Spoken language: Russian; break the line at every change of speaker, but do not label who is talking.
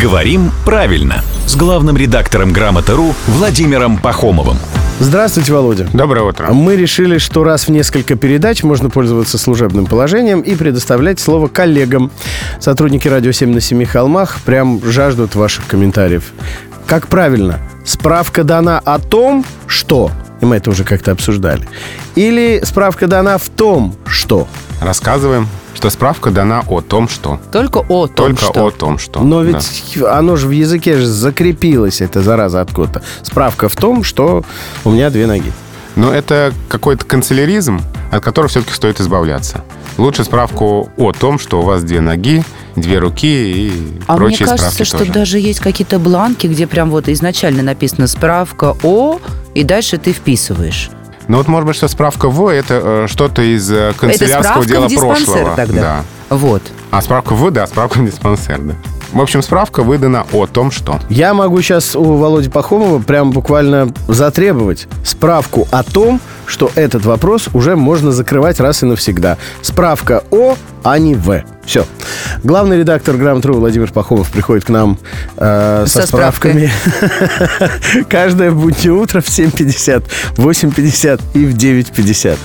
«Говорим правильно» с главным редактором «Грамоты.ру» Владимиром Пахомовым.
Здравствуйте, Володя.
Доброе
А
утро.
Мы решили, что раз в несколько передач можно пользоваться служебным положением и предоставлять слово коллегам. Сотрудники радио 7 на семи холмах прям жаждут ваших комментариев. Как правильно? Справка дана о том, что... И мы это уже как-то обсуждали. Или справка дана в том, что...
Рассказываем, что справка дана о том, что.
Только о том,
Только
что.
о том, что.
Но ведь оно же в языке же закрепилось, это зараза откуда-то. Справка в том, что у меня две ноги.
Да. Но это какой-то канцеляризм, от которого все-таки стоит избавляться. Лучше справку о том, что у вас две ноги, две руки и
А мне
прочие
кажется,
справки
что
тоже.
даже есть какие-то бланки, где прям вот изначально написано справка о, и дальше ты вписываешь.
Ну вот, может быть, что справка «в» — это э, что-то из э,
Это
канцелярского
справка
дела
в диспансер
прошлого.
тогда.
Да.
Вот.
А справка «в» — да, справка в диспансер, да. В общем, справка выдана о том, что.
Я могу сейчас у Володи Пахомова прям буквально затребовать справку о том, что этот вопрос уже можно закрывать раз и навсегда. Справка о, а не в. Все. Главный редактор Грамм-Тру Владимир Пахомов приходит к нам э, со,
Со
справками. Каждое буднее утро в 7.50, 8.50 и в 9.50.